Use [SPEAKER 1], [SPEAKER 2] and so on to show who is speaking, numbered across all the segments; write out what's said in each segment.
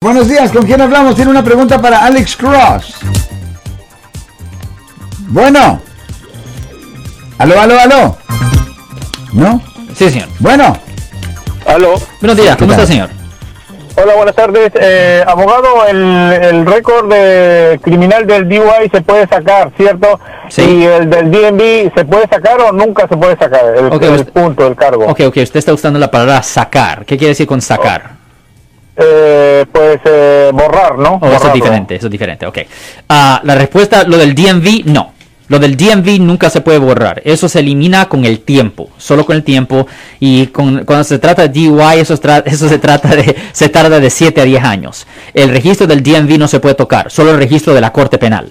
[SPEAKER 1] Buenos días, ¿con quién hablamos? Tiene una pregunta para Alex Cross. Bueno. Aló, aló, aló. ¿No?
[SPEAKER 2] Sí, señor.
[SPEAKER 1] Bueno.
[SPEAKER 3] Aló.
[SPEAKER 2] Buenos días, ¿cómo
[SPEAKER 1] tal?
[SPEAKER 2] está, señor?
[SPEAKER 3] Hola, buenas tardes. Eh, abogado, el, el récord de criminal del DUI se puede sacar, ¿cierto?
[SPEAKER 2] Sí.
[SPEAKER 3] ¿Y el del DNB se puede sacar o nunca se puede sacar? El,
[SPEAKER 2] Ok,
[SPEAKER 3] el
[SPEAKER 2] usted-
[SPEAKER 3] punto, el cargo.
[SPEAKER 2] Ok, ok, usted está usando la palabra sacar. ¿Qué quiere decir con sacar?
[SPEAKER 3] Eh, pues eh, borrar, ¿no?
[SPEAKER 2] Oh, eso
[SPEAKER 3] Borrarlo.
[SPEAKER 2] es diferente, eso es diferente, ok. Ah, la respuesta, lo del DMV, no. Lo del DMV nunca se puede borrar. Eso se elimina con el tiempo, solo con el tiempo. Y con- cuando se trata de DUI, eso, es tra- eso se trata de, se tarda de 7 a 10 años. El registro del DMV no se puede tocar, solo el registro de la Corte Penal.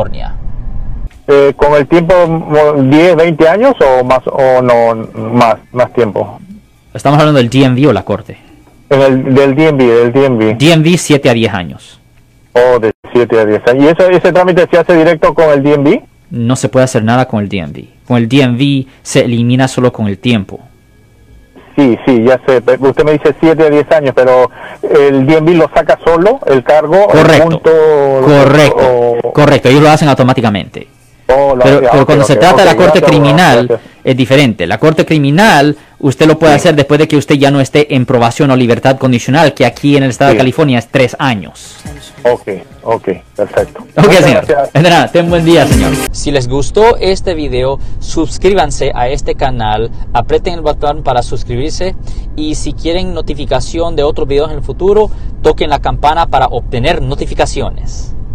[SPEAKER 3] Eh, ¿Con el tiempo mo- 10, 20 años o más o no más más tiempo?
[SPEAKER 2] Estamos hablando del DMV o la Corte.
[SPEAKER 3] En el, del DNB, del DNB.
[SPEAKER 2] DMV 7 a 10 años.
[SPEAKER 3] O de 7 a 10 años. ¿Y eso, ese trámite se hace directo con el DNB?
[SPEAKER 2] no se puede hacer nada con el DMV. Con el DMV se elimina solo con el tiempo.
[SPEAKER 3] Sí, sí, ya sé. Pe- Usted me dice 7 a 10 años, pero el DNB lo saca solo, el cargo, el
[SPEAKER 2] Correcto.
[SPEAKER 3] punto.
[SPEAKER 2] Correcto.
[SPEAKER 3] o-
[SPEAKER 2] Correcto. Ellos lo hacen automáticamente.
[SPEAKER 3] o la-
[SPEAKER 2] Pero,
[SPEAKER 3] ya,
[SPEAKER 2] pero
[SPEAKER 3] ok,
[SPEAKER 2] cuando se
[SPEAKER 3] ok,
[SPEAKER 2] trata de
[SPEAKER 3] ok,
[SPEAKER 2] la corte
[SPEAKER 3] gracias,
[SPEAKER 2] criminal
[SPEAKER 3] gracias.
[SPEAKER 2] es diferente. La corte criminal usted lo puede hacer después de que usted ya no esté en probación o libertad condicional, que aquí en el estado
[SPEAKER 3] Sí.
[SPEAKER 2] de California es tres años.
[SPEAKER 3] Ok, ok, perfecto.
[SPEAKER 2] Ok,
[SPEAKER 3] Muchas
[SPEAKER 2] señor.
[SPEAKER 3] gracias.
[SPEAKER 2] De nada, ten buen día, señor.
[SPEAKER 4] Si les gustó este video, suscríbanse a este canal, aprieten el botón para suscribirse y si quieren notificación de otros videos en el futuro, toquen la campana para obtener notificaciones.